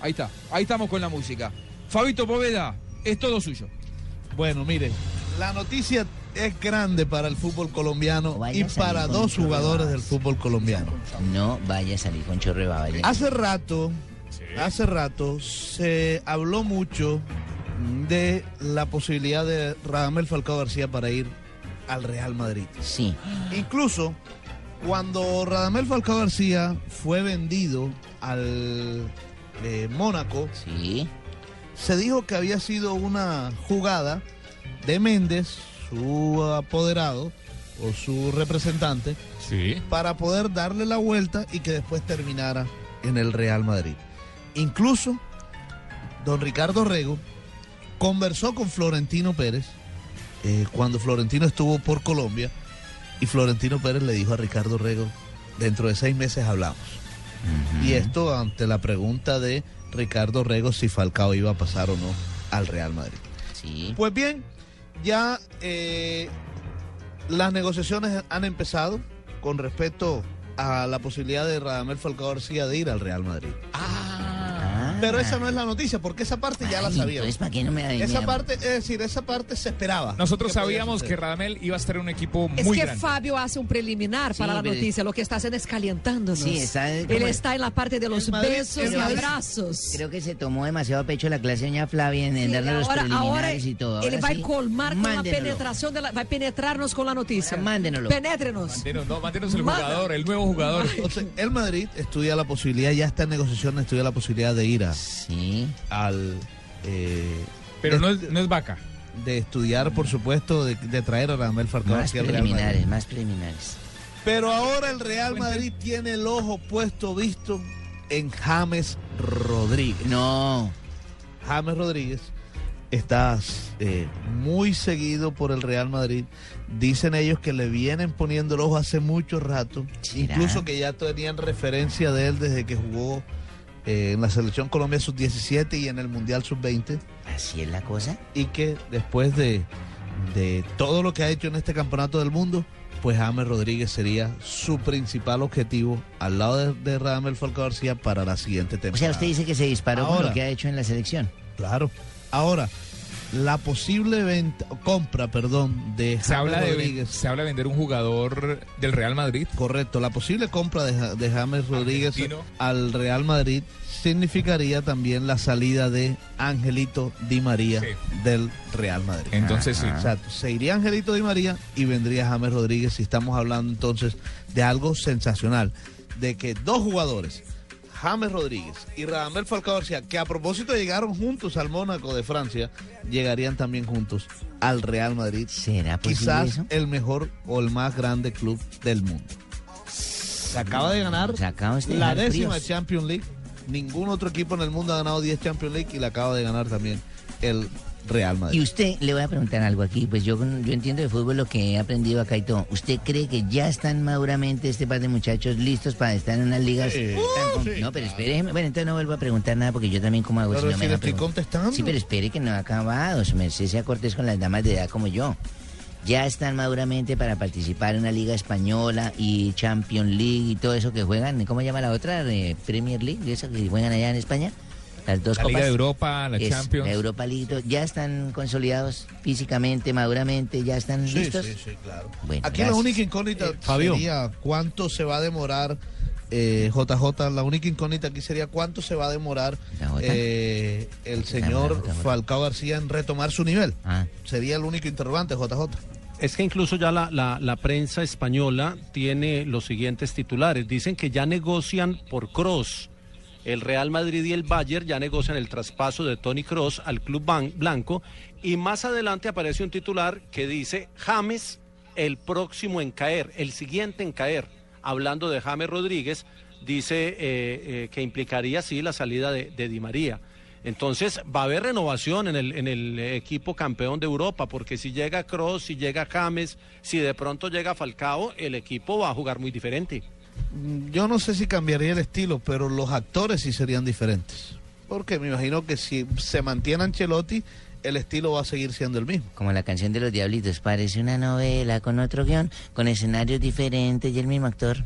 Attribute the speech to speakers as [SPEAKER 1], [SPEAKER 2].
[SPEAKER 1] Ahí está, ahí estamos con la música. Fabito Poveda, es todo suyo.
[SPEAKER 2] Bueno, mire, la noticia es grande para el fútbol colombiano
[SPEAKER 3] Vaya
[SPEAKER 2] y
[SPEAKER 3] a salir
[SPEAKER 2] para
[SPEAKER 3] con
[SPEAKER 2] dos
[SPEAKER 3] chorro de
[SPEAKER 2] jugadores
[SPEAKER 3] babas.
[SPEAKER 2] del fútbol colombiano.
[SPEAKER 3] No vaya a salir con chorro de baba, ya.
[SPEAKER 2] Hace rato, hace rato se habló mucho de la posibilidad de Radamel Falcao García para ir al Real Madrid.
[SPEAKER 3] Sí.
[SPEAKER 2] Incluso cuando Radamel Falcao García fue vendido al eh, Mónaco,
[SPEAKER 3] Sí.
[SPEAKER 2] se dijo que había sido una jugada de Méndez, su apoderado o su representante,
[SPEAKER 4] Sí.
[SPEAKER 2] para poder darle la vuelta y que después terminara en el Real Madrid. Incluso, don Ricardo Rego conversó con Florentino Pérez eh, cuando Florentino estuvo por Colombia y Florentino Pérez le dijo a Ricardo Rego, dentro de seis meses hablamos. Y esto ante la pregunta de Ricardo Rego si Falcao iba a pasar o no al Real Madrid.
[SPEAKER 3] Sí.
[SPEAKER 2] Pues bien, ya eh, las negociaciones han empezado con respecto a la posibilidad de Radamel Falcao García de ir al Real Madrid.
[SPEAKER 3] Ah.
[SPEAKER 2] Pero esa no es la noticia, porque esa parte ya la
[SPEAKER 3] Ay,
[SPEAKER 2] sabíamos.
[SPEAKER 3] Entonces, ¿para qué no me da
[SPEAKER 2] Esa parte, es decir, esa parte se esperaba.
[SPEAKER 4] Nosotros
[SPEAKER 2] que podía
[SPEAKER 4] sabíamos que
[SPEAKER 2] suceder.
[SPEAKER 4] Radamel iba a estar en un equipo
[SPEAKER 5] Es
[SPEAKER 4] muy
[SPEAKER 5] que
[SPEAKER 4] grande.
[SPEAKER 5] Fabio hace un preliminar
[SPEAKER 3] Sí,
[SPEAKER 5] para la
[SPEAKER 3] pero-
[SPEAKER 5] noticia. Lo que está haciendo es calentándonos.
[SPEAKER 3] Sí, está-
[SPEAKER 5] Él
[SPEAKER 3] como-
[SPEAKER 5] está en la parte de los
[SPEAKER 2] El Madrid-
[SPEAKER 5] besos
[SPEAKER 2] el
[SPEAKER 5] y
[SPEAKER 2] Madrid-
[SPEAKER 5] abrazos.
[SPEAKER 3] Creo que se tomó demasiado a pecho la clase de doña Flavia en, en
[SPEAKER 5] Sí,
[SPEAKER 3] darle los
[SPEAKER 5] ahora,
[SPEAKER 3] preliminares
[SPEAKER 5] ahora
[SPEAKER 3] y todo.
[SPEAKER 5] él
[SPEAKER 3] Ahora
[SPEAKER 5] va
[SPEAKER 3] sí,
[SPEAKER 5] a colmar con la
[SPEAKER 3] mándenlo.
[SPEAKER 5] penetración, de la, va a penetrarnos con la noticia.
[SPEAKER 3] Ahora mándenlo.
[SPEAKER 5] Penétrenos.
[SPEAKER 4] Mantenos, no, mantenos el
[SPEAKER 5] Manda.
[SPEAKER 4] jugador, el nuevo jugador.
[SPEAKER 2] Entonces, el Madrid estudia la posibilidad, ya está en negociaciones, estudia la posibilidad de ir a-
[SPEAKER 3] Sí.
[SPEAKER 2] al... eh,
[SPEAKER 4] Pero
[SPEAKER 2] de,
[SPEAKER 4] no es, no es vaca.
[SPEAKER 2] de estudiar, por supuesto, de, de traer a Radamel Falcao
[SPEAKER 3] Más
[SPEAKER 2] García al Real Madrid.
[SPEAKER 3] preliminares, más preliminares.
[SPEAKER 2] Pero ahora el Real Madrid tiene el ojo puesto visto en James Rodríguez.
[SPEAKER 3] No.
[SPEAKER 2] James Rodríguez está eh, muy seguido por el Real Madrid. Dicen ellos que le vienen poniendo el ojo hace mucho rato.
[SPEAKER 3] ¿Será?
[SPEAKER 2] Incluso que ya tenían referencia de él desde que jugó eh, en la selección Colombia sub-17 y en el Mundial sub-20
[SPEAKER 3] Así es la cosa.
[SPEAKER 2] y que después de, de todo lo que ha hecho en este campeonato del mundo, pues James Rodríguez sería su principal objetivo al lado de, de Radamel Falcao García para la siguiente temporada.
[SPEAKER 3] O sea, usted dice que se disparó
[SPEAKER 2] Ah.
[SPEAKER 3] con
[SPEAKER 2] Ahora.
[SPEAKER 3] lo que ha hecho en la selección.
[SPEAKER 2] Claro. Ahora, la posible venta, compra, perdón, de
[SPEAKER 4] Se
[SPEAKER 2] James
[SPEAKER 4] habla de, ven-
[SPEAKER 2] Rodríguez.
[SPEAKER 4] se habla de vender un jugador del Real Madrid.
[SPEAKER 2] Correcto, la posible compra de, Ja- de James Rodríguez
[SPEAKER 4] Argentino.
[SPEAKER 2] al Real Madrid significaría también la salida de Angelito Di María
[SPEAKER 4] Sí.
[SPEAKER 2] del Real Madrid. Ah,
[SPEAKER 4] Entonces sí.
[SPEAKER 2] O sea, se iría Angelito Di María y vendría James Rodríguez si estamos hablando entonces de algo sensacional, de que dos jugadores, James Rodríguez y Radamel Falcao García, que a propósito llegaron juntos al Mónaco de Francia, llegarían también juntos al Real Madrid.
[SPEAKER 3] ¿Será posible
[SPEAKER 2] Quizás
[SPEAKER 3] eso?
[SPEAKER 2] el mejor o el más grande club del mundo. Se acaba de ganar
[SPEAKER 3] Se acaba de
[SPEAKER 2] la
[SPEAKER 3] dejar
[SPEAKER 2] décima
[SPEAKER 3] este fríos.
[SPEAKER 2] Champions League. Ningún otro equipo en el mundo ha ganado 10 Champions League y la acaba de ganar también el Real Madrid.
[SPEAKER 3] Y usted, le voy a preguntar algo aquí, pues yo, yo entiendo de fútbol lo que he aprendido acá y todo. ¿Usted cree que ya están maduramente este par de muchachos listos para estar en unas ligas?
[SPEAKER 2] Sí.
[SPEAKER 3] tan com- no, pero espere, bueno, entonces no vuelvo a preguntar nada porque yo también como hago
[SPEAKER 2] Pero
[SPEAKER 3] pues, no
[SPEAKER 2] si
[SPEAKER 3] me
[SPEAKER 2] le
[SPEAKER 3] deja
[SPEAKER 2] estoy
[SPEAKER 3] preguntar.
[SPEAKER 2] contestando.
[SPEAKER 3] Sí, pero espere que no ha acabado, su merced sea cortés con las damas de edad como yo. Ya están maduramente para participar en una liga española y Champions League y todo eso que juegan, ¿cómo se llama la otra? Eh, Premier League, esa que juegan allá en España. Las dos
[SPEAKER 4] La
[SPEAKER 3] copas.
[SPEAKER 4] Liga de Europa, la
[SPEAKER 3] Es,
[SPEAKER 4] Champions.
[SPEAKER 3] La Europa League, todo, ya están consolidados físicamente, maduramente, ya están
[SPEAKER 2] Sí,
[SPEAKER 3] listos.
[SPEAKER 2] sí, sí, claro.
[SPEAKER 3] Bueno,
[SPEAKER 2] Aquí
[SPEAKER 3] gracias. Eh,
[SPEAKER 2] la única incógnita
[SPEAKER 6] Fabio.
[SPEAKER 2] sería cuánto se va a demorar eh, JJ. La única incógnita aquí sería cuánto se va a demorar
[SPEAKER 3] JJ.
[SPEAKER 2] eh, el señor
[SPEAKER 3] JJ.
[SPEAKER 2] Falcao García en retomar su nivel.
[SPEAKER 3] Ah,
[SPEAKER 2] Sería el único interrogante, JJ.
[SPEAKER 6] Es que incluso ya la, la- la prensa española tiene los siguientes titulares. Dicen que ya negocian por Cross. El Real Madrid y el Bayern ya negocian el traspaso de Tony Cross al club ban- blanco. Y más adelante aparece un titular que dice James, el próximo en caer, el siguiente en caer. Hablando de James Rodríguez, dice eh, eh, que implicaría sí la salida de- de Di María. Entonces va a haber renovación en el, en el equipo campeón de Europa, porque si llega Cross, si llega James, si de pronto llega Falcao, el equipo va a jugar muy diferente.
[SPEAKER 2] Mm, Yo no sé si cambiaría el estilo, pero los actores sí serían diferentes. Porque me imagino que si se mantiene Ancelotti, el estilo va a seguir siendo el mismo.
[SPEAKER 3] como la canción de los Diablitos, parece una novela con otro guión, con escenarios diferentes y el mismo actor.